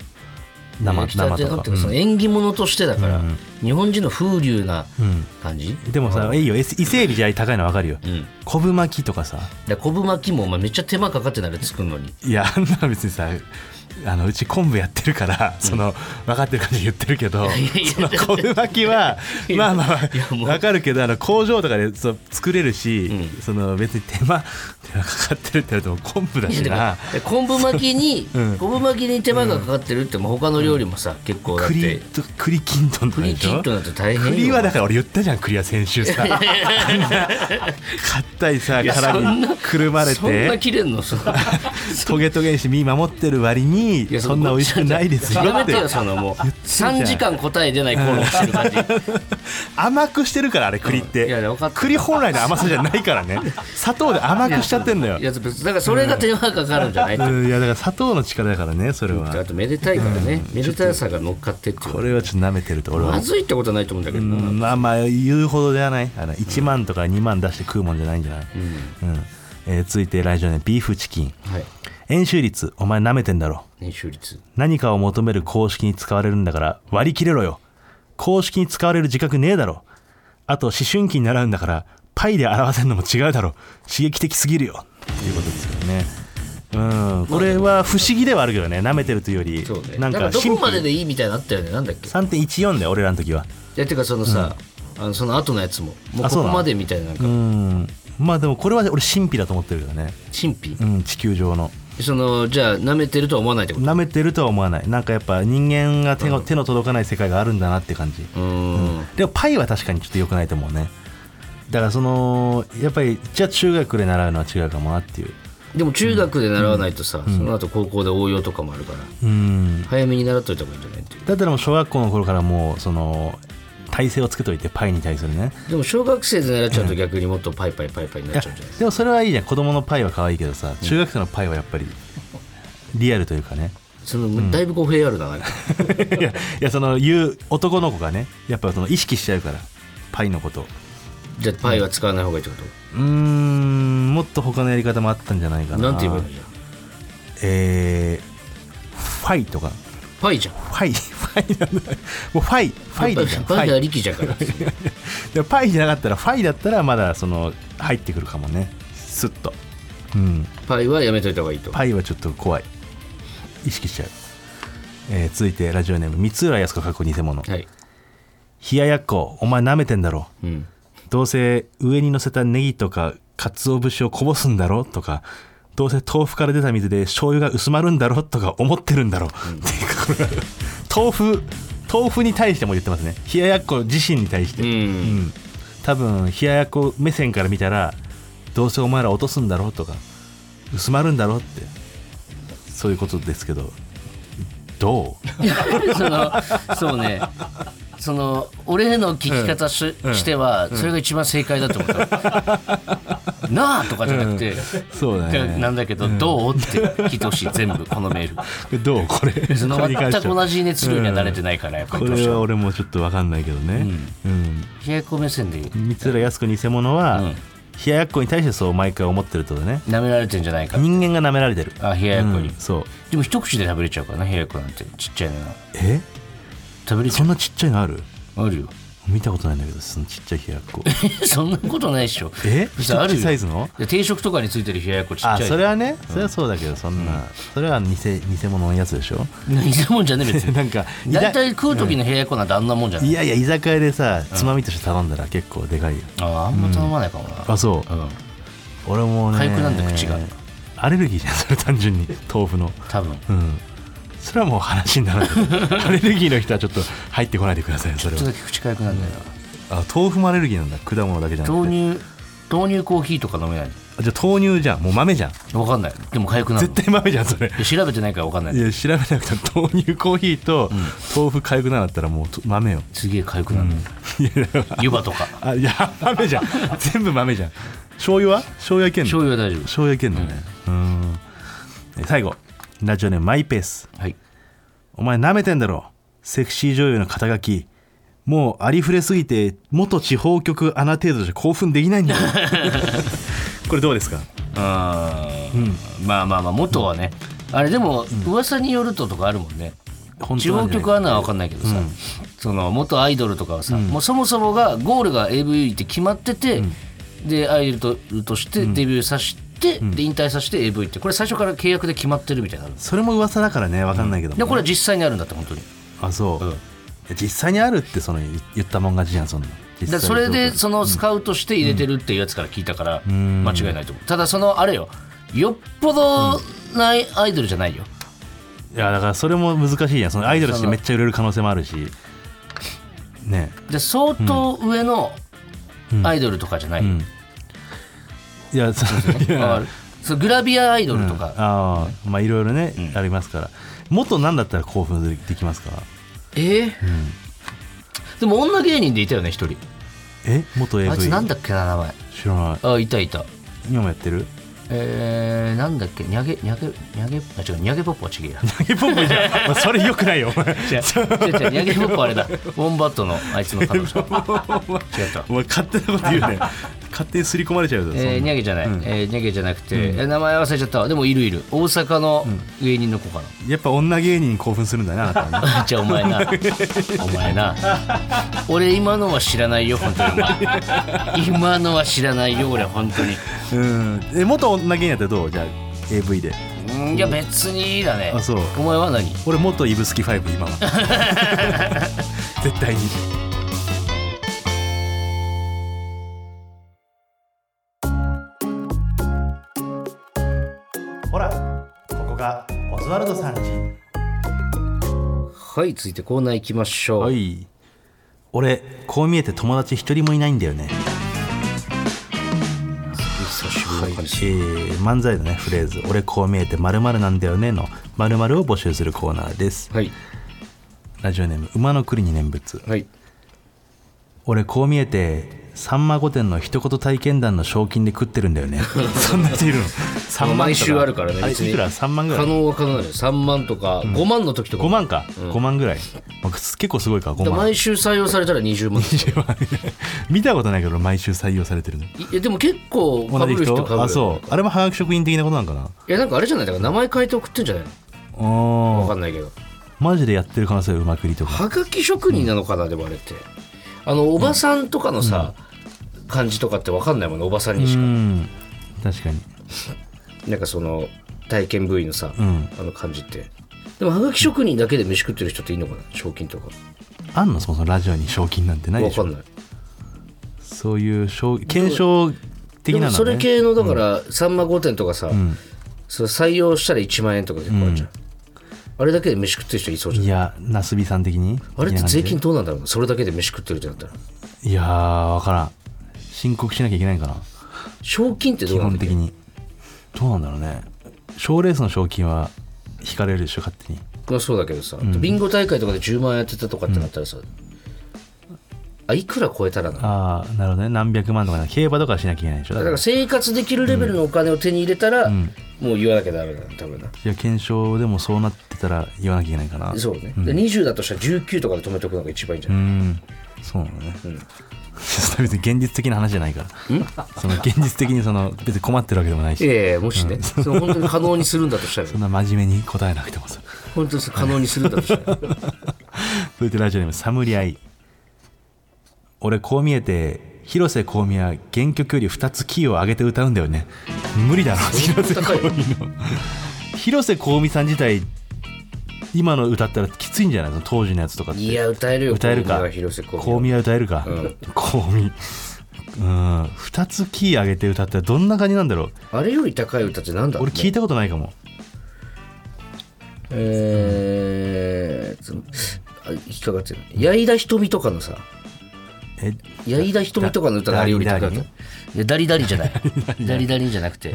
生焼きた生てのとっか、ていうかその縁起物としてだから、うん日本人の風流なうん感じ、でもさいいよ伊勢伊勢海老じゃ高いのわかるようん昆布巻きとかさで昆布巻きもお前めっちゃ手間かかってないで作るのにいやあんなの別にさあのうち昆布やってるからその、分かってるから言ってるけどいやいやその昆布巻きはまあまあいやもう分かるけどあの工場とかでそう作れるし、うその別に手間手間かかってるって言われても昆布だしいやなでも昆布巻きに、 うん昆布巻きに手間がかかってるって、もう他の料理もさ結構だっ栗てと栗きんとんとか栗でしキッょトなんて大変よ栗はだから俺言ったじゃん栗は先週さあんな硬いさいやそ殻んなにくるまれそんなて切れんのそのトゲトゲにして身守ってる割にいやそんな美味しくないですよやめっててよそのもうゃん3時間答え出ないコールをしてる感じ甘くしてるからあれ栗っうんいやいてや分かった栗本来の甘さじゃないから ね砂糖で甘くしちゃってんだよいや別にだからそれが手間かかるんじゃない、うんいやだから砂糖の力だからねそれあはとめでたいからね、めでたさが乗っかってっていうこれはちょっと舐めてると俺はまずいってことはないと思うんだけうどな、んまあまあ言うほどではないあの1万とか2万出して食うもんじゃないんじゃない、うんえー続いて来場ねビーフチキンはい円周率お前舐めてんだろ年収率何かを求める公式に使われるんだから割り切れろよ公式に使われる自覚ねえだろあと思春期に習うんだからパイで表せるのも違うだろ刺激的すぎるよっていうことですよねうんこれは不思議ではあるけどね舐めてるというよりそうねななんんかかどシンこプまでルでいいみたいなのあったよねなんだっけ3.14だよ俺らの時はいやてかそのさ、あのその後のやつももうあそうここなのまでみたいななんかうんまあでもこれは俺神秘だと思ってるけどね神秘、うん地球上のそのじゃあ舐めてるとは思わないってこと舐めてるとは思わないなんかやっぱ人間が手の手の届かない世界があるんだなって感じうーんでもパイは確かにちょっと良くないと思うねだからそのやっぱりじゃあ中学で習うのは違うかもなっていうでも中学で習わないとさ、その後高校で応用とかもあるから、うん早めに習っといた方がいいんじゃないっていうだったらもう小学校の頃からもうその体勢をつけといてパイに対するねでも小学生で習っちゃうと逆にもっとパイパイパイパイにいなやっちゃうんじゃないでもそれはいいじゃん子供のパイは可愛いけどさ中学生のパイはやっぱりリアルというかね そのだいぶ語弊あるななんか、いやいやその言う男の子がねやっぱその意識しちゃうからパイのことをじゃあパイは使わない方がいいってこうーんもっと他のやり方もあったんじゃないかとななんて言えばいいのじゃあえーファイとかパイじゃんファイ、 ファイなんだ。もうファイ、ファイだじゃん。フパァイあイ。りきじゃ んからでもファイじゃなかったら、ファイだったら、まだその入ってくるかもね。スッと。うん。パイはやめといた方がいいとファイはちょっと怖い。意識しちゃう。えー続いてラジオネーム三浦靖子過去偽物はい。冷ややっこお前舐めてんだろうん。どうせ上に乗せたネギとか鰹節をこぼすんだろとかどうせ豆腐から出た水で醤油が薄まるんだろとか思ってるんだろ、っていうかこれ 豆腐豆腐に対しても言ってますね冷ややっこ自身に対して、う。うんん多分冷ややっこ目線から見たらどうせお前ら落とすんだろうとか薄まるんだろうってそういうことですけどどうその、そうね。その、俺への聞き方し,、しては、それが一番正解だと思った。 なあとかじゃなくて、そうだねなんだけど、どうって聞いてほしい、全部、このメール。どう これそのこれに全関してくは同じ熱量には慣れてないから、やっぱこりどうしれはよう。俺もちょっと分かんないけどね、うん冷ややっこ目線で言う三浦靖子偽物は、うん冷ややっこに対してそう毎回思ってるってことね舐められてんじゃないか。人間が舐められてるあ、冷ややっこに。うんそうでも一口で食べれちゃうからな、冷ややっこなんて。ちっちゃいのが。え食べれちそゃんなちっちゃいのあるう。あるよ。見たことないんだけどそのちっちゃい冷やや っこそんなことないでしょ。え嘘ある一口よサイズのいや定食とかについてる冷ややっこちっちゃあい。それはねそれはそうだけどそんな、それは偽偽物のやつでしょ何そん なもんじゃね え別に。なんかいざ大体食う時の冷ややっこなんてあんなもんじゃない。いやいや居酒屋でさつまみとして頼んだら結構でかいよああんま頼まないかもな。あそううん。俺もねかゆくなんだ口がアレルギーじゃんそれ単純 に豆腐の多分。うんそれはもう話にならない アレルギーの人はちょっと入ってこないでくださいそちょれっとはだけ口かゆくなんだよな。あ豆腐もアレルギーなんだ果物だけじゃなくて豆乳豆乳コーヒーとか飲めない。あじゃあ豆乳じゃんもう豆じゃんわかんない。でもかゆくなるの。絶対豆じゃんそれいや調べてないからわかんないい。や調べなくても豆乳コーヒーと豆腐かゆくなかったらもうと豆よすげえかゆくなるの。湯葉とか。あいや豆 じゃん全部豆じゃん醤油は醤油いけんの醤油は大丈醤油いけんのねうんえ最後ラジオネームマイペース夫。はい。お前舐めてんだろセクシー女優の肩書きもうありふれすぎて元地方局アナ程度じゃ興奮できないんだ よこれどうですかうん、まあまあまあ元はね、あれでも噂によるととかあるもんね、本地当な方んじゃない局アナは分かんないけどさ、その元アイドルとかはさ、もうそもそもがゴールが AV って決まってて、でアイドルとしてデビューさせて、で引退させて AV ってこれ最初から契約で決まってるみたいなのあるんですそれも噂だからね分かんないけどもね、でこれは実際にあるんだって本当にあそう、うんいや実際にあるってその言言ったもん勝ちじゃんそんな実だか際らそれどうでこそのスカウトして入れてるっていうやつから聞いたからん間違いないと思うただそのあれよよっぽどないアイドルじゃないよ、といやだからそれも難しいやんそのアイドルとしてめっちゃ売れる可能性もあるしねで相当上のアイドルとかじゃないよ、うんいやそいやわかるそうグラビアアイドルとうんか、ああまあいろいろね、ありますから元何だったら興奮できますかえーでも女芸人でいたよね一人え元 AV あいつなんだっけな名前知らないあいたいた今もやってるえー、なんだっけにゃげにゃげにゃげあ違うにゃげポップは ちげえや投げポンプじ ゃん、まあそれよくないよお前違う違う違うにゃげポップはあれだウォンバットのあいつ の彼女違った お前勝手なこと言うね勝手に刷り込まれちゃうぞ、そんなえー、にゃげじゃない、えーにゃげじゃなくて、えー名前忘れちゃったわでもいるいる大阪の芸人の子かな、やっぱ女芸人に興奮するんだなあなたはねじゃあお前なお前な俺今のは知らないよ本当にお前今のは知らないよ俺本当にうん、え元女芸人やったらどうじゃあ AV でうんいや別にいいだねあそうお前は何俺元指宿5今 は絶対にほらここがオズワルドさんちはい続いてコーナー行きましょう、はい俺こう見えて友達一人もいないんだよね、久しぶりなえ感じ、ー漫才のねフレーズ「俺こう見えてまるなんだよね」の「まるを募集するコーナーですはいラジオネーム馬の栗に念仏はい俺こう見えてさんま御殿の一言体験談の賞金で食ってるんだよ ねそんな人いるの3毎週あるからねあれい別にくら3万ぐら可い能は可能だよ3万とか5万の時とか、 5万か、5万ぐらい、まあ結構すごいか5だから万毎週採用されたら20万 見たことないけど毎週採用されてるのいやでも結構かぶる人かぶるあそうあれもハガキ職員的なことなんかないやなんかあれじゃないだから名前変えて送ってんじゃないのあ分かあんないけどマジでやってる可能性はうまくりとかはがき職人なのかな、でもあれってあのおばさんとかのさ、感じとかって分かんないもんねおばさんにうしか、ん確かになんかその体験部位のさ、んあの感じってでもはがき職人だけで飯食ってる人っていいのかな賞金とかあんのそもそもラジオに賞金なんてないわでしかょんないそういう賞検証的でなの、もね、それ系のだからさんま御殿とかさ、それ採用したら1万円とか結構あるじゃん、あれだけで飯食ってる人いそうじゃんいやなすびさん的にあれって税金的な感どうなんだろうなそれだけで飯食ってるってなったらじでいやー分からん申告しなきゃいけないんかな賞金ってど基うなん本だっけ的にどうなんだろうね賞レースの賞金は引かれるでしょ勝手にまあそうだけどさ、ビンゴ大会とかで10万円やってたとかってなったらさ、あいくら超えたらなああなるほどね何百万とかね競馬とかしなきゃいけないでしょだだかからら生活できるレベルのお金を手に入れたら、もう言わなきゃダメだな多分ないや検証でもそうなってたら言わなきゃいけないかなそうね、で20だとしたら19とかで止めておくのが一番いいんじゃうない、んそうなのね、別に現実的な話じゃないからその現実的にその別に困ってるわけでもないしええもしね、その本当に可能にするんだとしたらそんな真面目に答えなくても さ本当にそれ可能にするんだとし たら続いてラジオネームサムリアイ俺こう見えて広瀬香美は原曲より2つキーを上げて歌うんだよね無理だろ広瀬香美の 広瀬香美さん自体今の歌ったらきついんじゃないの当時のやつとかっていや歌えるよ歌えるこう見かは広瀬香美は香美は歌えるかうん香美うん2つキー上げて歌ったらどんな感じなんだろうあれより高い歌ってなんだろう俺ね聞いたことないかもえーつあ引っかかってる矢井田瞳とかのさえ矢井田瞳とかの歌のあれより高いダのリダいやダリダリじゃないダリダリじゃなくて、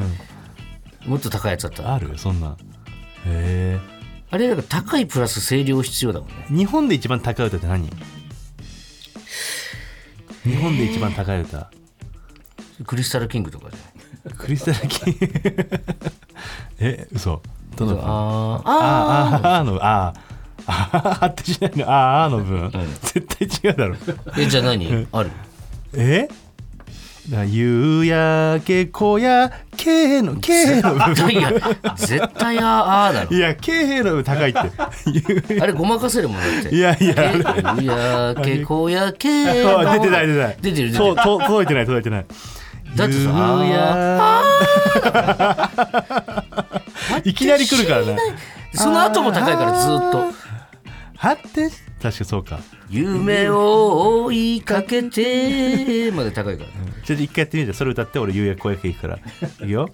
もっと高いやつだったあるそんなへえあれなんか高いプラス声量必要だもんね日本で一番高い歌って何日本で一番高い歌クリスタルキングとかじゃないクリスタルキン え嘘どの分あああああああのああああってしないのあああの分、絶対違うだろあえじゃあ何ある えだから夕焼け小焼けのけの絶対や絶対ああーだろいやけの高いってあれごまかせるもんだっていやいやいやけこやけあ 出てない出てない出てる出てとると届いてない届いてないだってさ夕焼けいきなり来るからねその後も高いからずーっとはって確かそうか夢を追いかけてまで高いからちょっと一回やってみてそれ歌って俺夕焼け小焼け行くからいくよ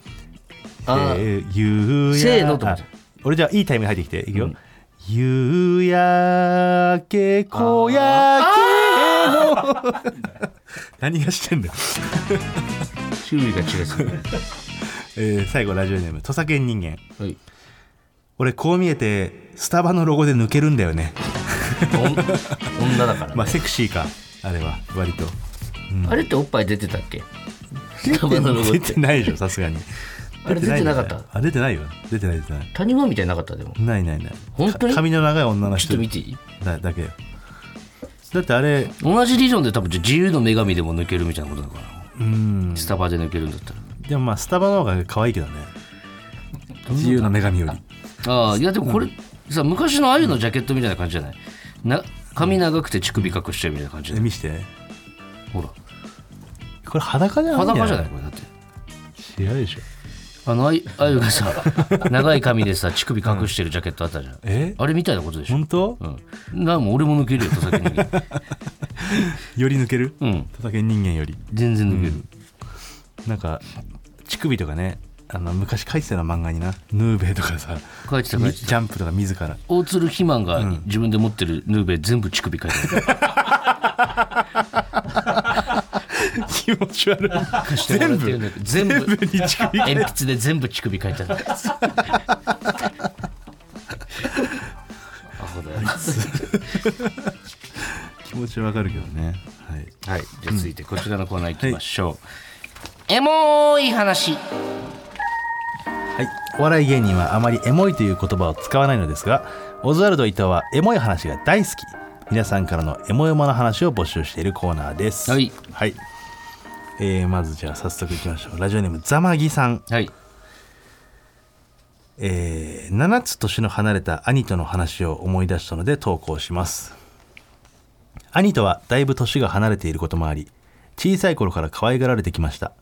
あーえー夕焼せーのと思あって俺じゃあいいタイミング入ってきていくよ、夕焼け小焼けの何がしてんだよ、種類が違うっすねえー最後ラジオネーム土佐犬人間はい俺こう見えてスタバのロゴで抜けるんだよねお女だからねまあセクシーかあれは割とあれっておっぱい出てたっけ出タバのロゴっててないでしょさすがにあれ出てなかった出いんじゃいあ出てないよ出てない出てない谷間みたいになかったでもないないない本当にか髪の長い女のち人ょっと見ていいだだけよだってあれ同じ理論で多分じゃあ自由の女神でも抜けるみたいなことだからうんスタバで抜けるんだったらでもまあスタバの方が可愛いけどね自由の女神よりああいやでもこれさ昔のあゆのジャケットみたいな感じじゃないな髪長くて乳首隠してるみたいな感じえで見してほらこれ裸じゃない裸じゃないこれだって違うでしょあのあゆあゆが さ長い髪でさ乳首隠してるジャケットあったじゃんえあれみたいなことでしょ本当うんなもう俺も抜けるよと先により抜けるうん叩け人間より全然抜ける、なんか乳首とかねあの昔書いてたの漫画になヌーベイとかさ書いてた書いみてジたャンプとか自ら大鶴肥満が自分で持ってるヌーベ全部乳首書いてた気持ち悪いしてもら全って部るんだけど全部全部に乳首鉛筆で全部乳首書いてある アホだよ気持ちわかるけどねはいはい、じゃあ続いてこちらのコーナー行きましょう。エモい話。はい、お笑い芸人はあまりエモいという言葉を使わないのですがオズワルド伊藤はエモい話が大好き皆さんからのエモエモな話を募集しているコーナーですはい、はいえーまずじゃあ早速いきましょうラジオネームざまぎさん、はい。えー、7つ年の離れた兄との話を思い出したので投稿します兄とはだいぶ年が離れていることもあり小さい頃から可愛がられてきました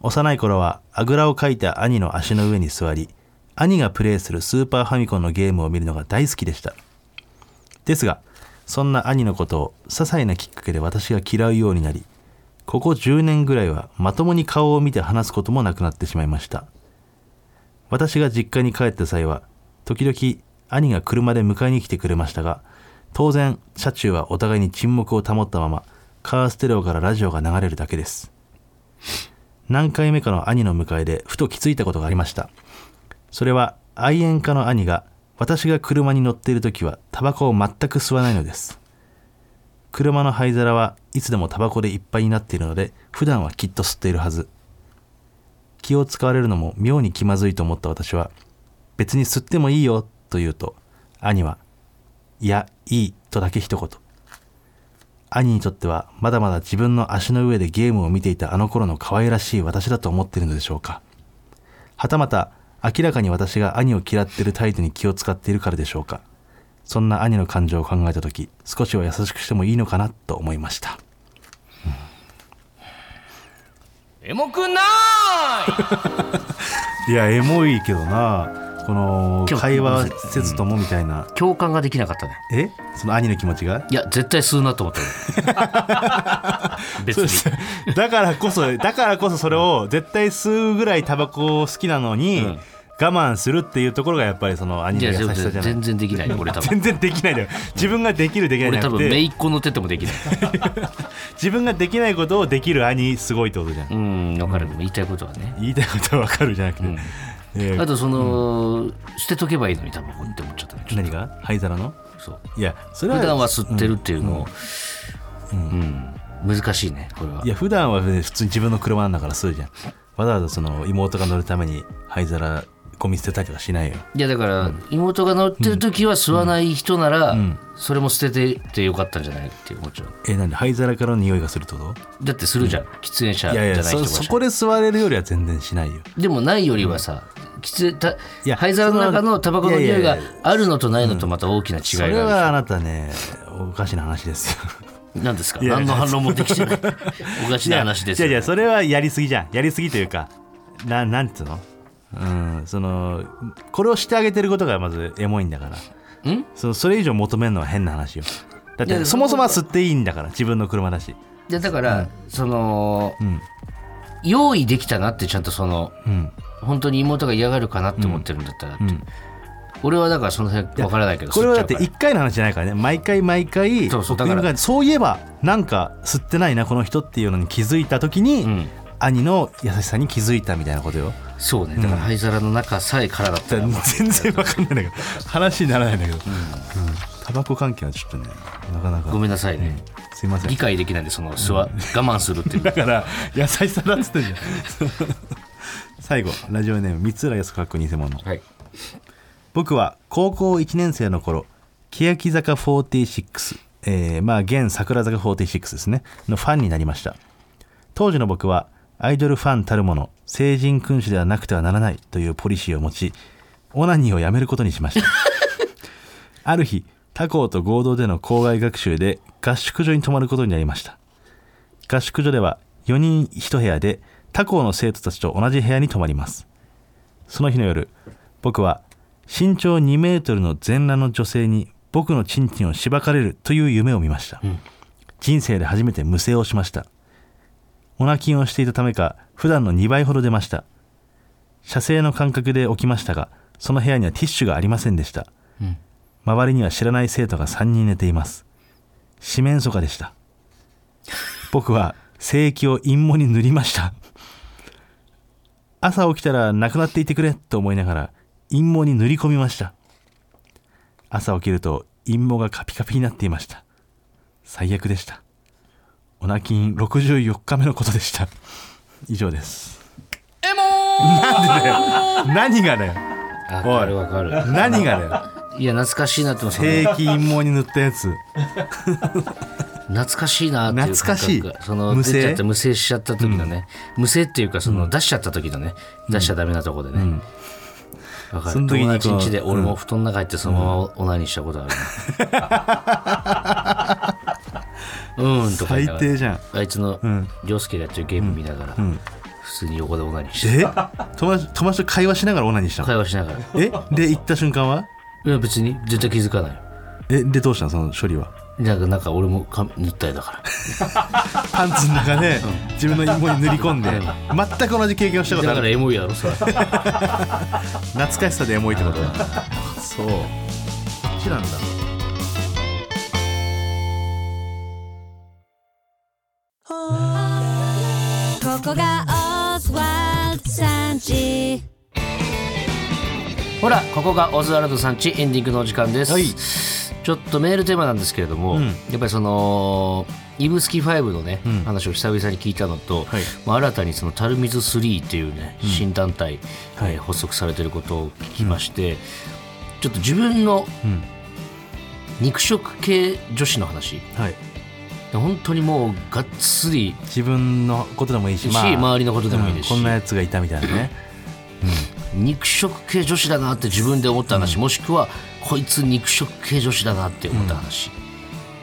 幼い頃はあぐらをかいた兄の足の上に座り兄がプレイするスーパーファミコンのゲームを見るのが大好きでしたですがそんな兄のことを些細なきっかけで私が嫌うようになりここ10年ぐらいはまともに顔を見て話すこともなくなってしまいました私が実家に帰った際は時々兄が車で迎えに来てくれましたが当然車中はお互いに沈黙を保ったままカーステレオからラジオが流れるだけです何回目かの兄の迎えでふと気づいたことがありましたそれは愛煙家の兄が私が車に乗っている時はタバコを全く吸わないのです車の灰皿はいつでもタバコでいっぱいになっているので普段はきっと吸っているはず気を使われるのも妙に気まずいと思った私は別に吸ってもいいよと言うと兄はいやいいとだけ一言兄にとってはまだまだ自分の足の上でゲームを見ていたあの頃の可愛らしい私だと思っているのでしょうかはたまた明らかに私が兄を嫌っている態度に気を使っているからでしょうかそんな兄の感情を考えた時少しは優しくしてもいいのかなと思いましたエモくないいやエモいけどなこの今日会話せずともみたいな、共感ができなかったねえその兄の気持ちが いや絶対吸うなと思ったの別にだからこそだからこそそれを絶対吸うぐらいタバコを好きなのに、ん我慢するっていうところがやっぱりその兄いのや優全しさじゃ然ない全然できないよ俺多分全然できないだよ自分ができるできないじ俺ゃな多く分姪てっ子乗っててもできない自分ができないことをできる兄すごいってことじゃん、うん分かるでも言いたいことはね言いたいことはわかるじゃなくて、んえーあとその、捨てとけばいいのにタバコって思っちゃったねちょっ何が灰皿のとそういやそれは普段は吸ってるっていうのを、うん難しいねこれはいや普段はね普通に自分の車なんだから吸うじゃんわざわざその妹が乗るために灰皿ゴミ捨てたりとかしないよいやだから、妹が乗ってる時は吸わない人なら、んそれも捨てててよかったんじゃないって思っちゃうえなんで灰皿からの匂いがするってこだってするじゃん、喫煙者といじゃやいないや人そがそこで吸われるよりは全然しないよでもないよりはさ、喫煙たいや灰皿の中のタバコの匂いいやがいやいあるのとないのとまた大きなそ違いれがあはあなたねおかしな話ですよる何ですかいや何の反論もで きてないお かしな話ですよいやいやそれはやりすぎじゃんやりすぎというかななんつうのうんそのこれをしてあげてることがまずエモいんだからんそそれ以上求めるのは変な話よだっいやてそもそもは吸っていいんだから自分の車だしでだから、その、ん用意できたなってちゃんとそのうん本当に妹が嫌がるかなって思ってるんだったらって、うん俺はだからその辺わからないけどこれはだって吸ちゃう一回の話じゃないからね毎回毎回そうそう僕がだからそういえばなんか吸ってないなこの人っていうのに気づいた時に、ん兄の優しさに気づいたみたいなことよからそうねだから灰皿の中さえからだったら、全然わかんないんだけど話にならないんだけど、うんタバコ関係はちょっとねなかなかごめんなさいね、すいませ理ん解できないんでその座、我慢するって いうだから優しさだっつってんじゃん 最後ラジオネーム三浦靖子かっこ偽物はい僕は高校1年生の頃欅坂46、えーまあ現桜坂46ですねのファンになりました当時の僕はアイドルファンたるもの成人君主ではなくてはならないというポリシーを持ちオナニーをやめることにしました ある日他校と合同での校外学習で合宿所に泊まることになりました合宿所では4人1部屋で他校の生徒たちと同じ部屋に泊まりますその日の夜僕は身長2メートルの全裸の女性に僕のチンチンをしばかれるという夢を見ました、人生で初めて無声をしましたオナキンをしていたためか普段の2倍ほど出ました射精の感覚で起きましたがその部屋にはティッシュがありませんでした、ん周りには知らない生徒が3人寝ています四面楚歌でした僕は精液を陰毛に塗りました朝起きたらなくなっていてくれと思いながら陰毛に塗り込みました朝起きると陰毛がカピカピになっていました最悪でしたオナキン64日目のことでした以上ですエモなんでだよ何がだよあわかるわかる何がだよいや懐かしいなって思って精液陰毛に塗ったやつ懐かしいなっていう感懐か覚がしいその無無声出ちゃって無声しちゃった時のね、無声っていうかその出しちゃった時のね、出しちゃダメなとこでね、わかるその時にこう友達ん家で俺も布団の中入ってそのままオナニーしたことあるなうんとか言い最ながら低じゃん あいつのん凌介がやってるゲーム見ながら、普通に横でオナニーしてえ友達友達と会話しながらオナニーしたの会話しながらいえで行った瞬間はや別に絶対気づかないよえでどうしたのその処理はなんかなんか俺も髪塗ったりだかパンツの中で自分の芋に塗り込んで全く同じ経験を したらことだあからるエモいやろそれ懐かしさでエモいってことそうこっちなんだここがオズワルドさんちほらここがオズワルドさんちエンディングのお時間です、はいちょっとメールテーマなんですけれども、うんやっぱりそのイブスキ5のね、うん話を久々に聞いたのと、はいまあ、新たにそのタルミズ3っていうね新団体、えー発足されてることを聞きまして、ちょっと自分のうん肉食系女子の話はい本当にもうがっつり自分のことでもいいし、し周りのことでもいいですしうんこんなやつがいたみたいなね肉食系女子だなって自分で思った話、もしくはこいつ肉食系女子だなって思った話、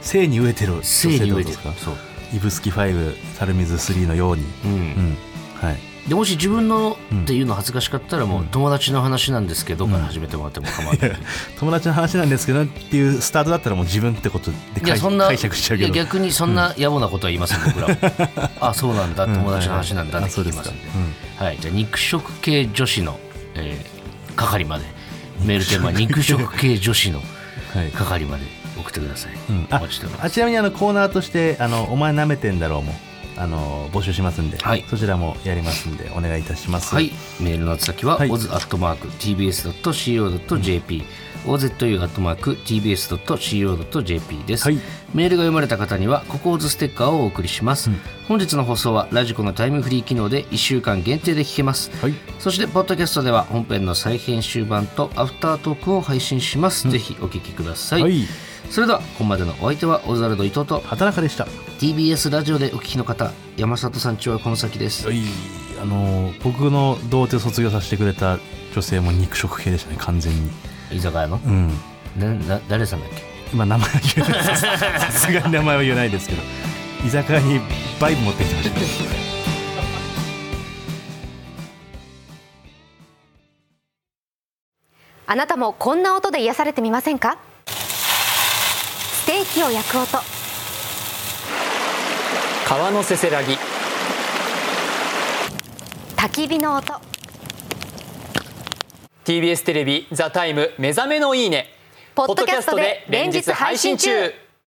性に飢えてる性に飢え女性ってるてことですそう、かイブスキ5サルミズ3のようにうんうんはいでもし自分のっていうの恥ずかしかったらもう友達の話なんですけどから始めてもらっても構わない、友達の話なんですけどっていうスタートだったらもう自分ってことでいや解そんな解釈しちゃうけどいや逆にそんな野暮なことは言いません、僕 らもあそうなんだうん友達の話なんだってあそう聞できすまかすんで,、はい、じゃあ肉食系女子の、えー係までメールテーマ肉食系女子のうんはい係まで送ってください、うんおあ待ちしておりますあちなみにあのコーナーとして「あのお前なめてんだろうも」あの募集しますんで、はいそちらもやりますんでお願いいたします、はい、メールの宛先は、はい oz.tbs.co.jp、ozu.tbs.co.jp です、はいメールが読まれた方にはココーズステッカーをお送りします、本日の放送はラジコのタイムフリー機能で1週間限定で聞けます、はいそしてポッドキャストでは本編の再編集版とアフタートークを配信します、ぜひお聞きください、はいそれではここまでのお相手はオズワルド伊藤と畑中でした TBS ラジオでお聞きの方山里さんちはこの先ですはいあの僕の童貞卒業させてくれた女性も肉食系でしたね完全に居酒屋のうんなな誰さんだっけ今名前は言えないですさすがに名前は言えないですけど居酒屋にバイブ持ってきてましたあなたもこんな音で癒されてみませんかステーキを焼く音川のせせらぎ焚き火の音 TBS テレビ「ザタイム目覚めのいいね」ポッドキャストで連日配信中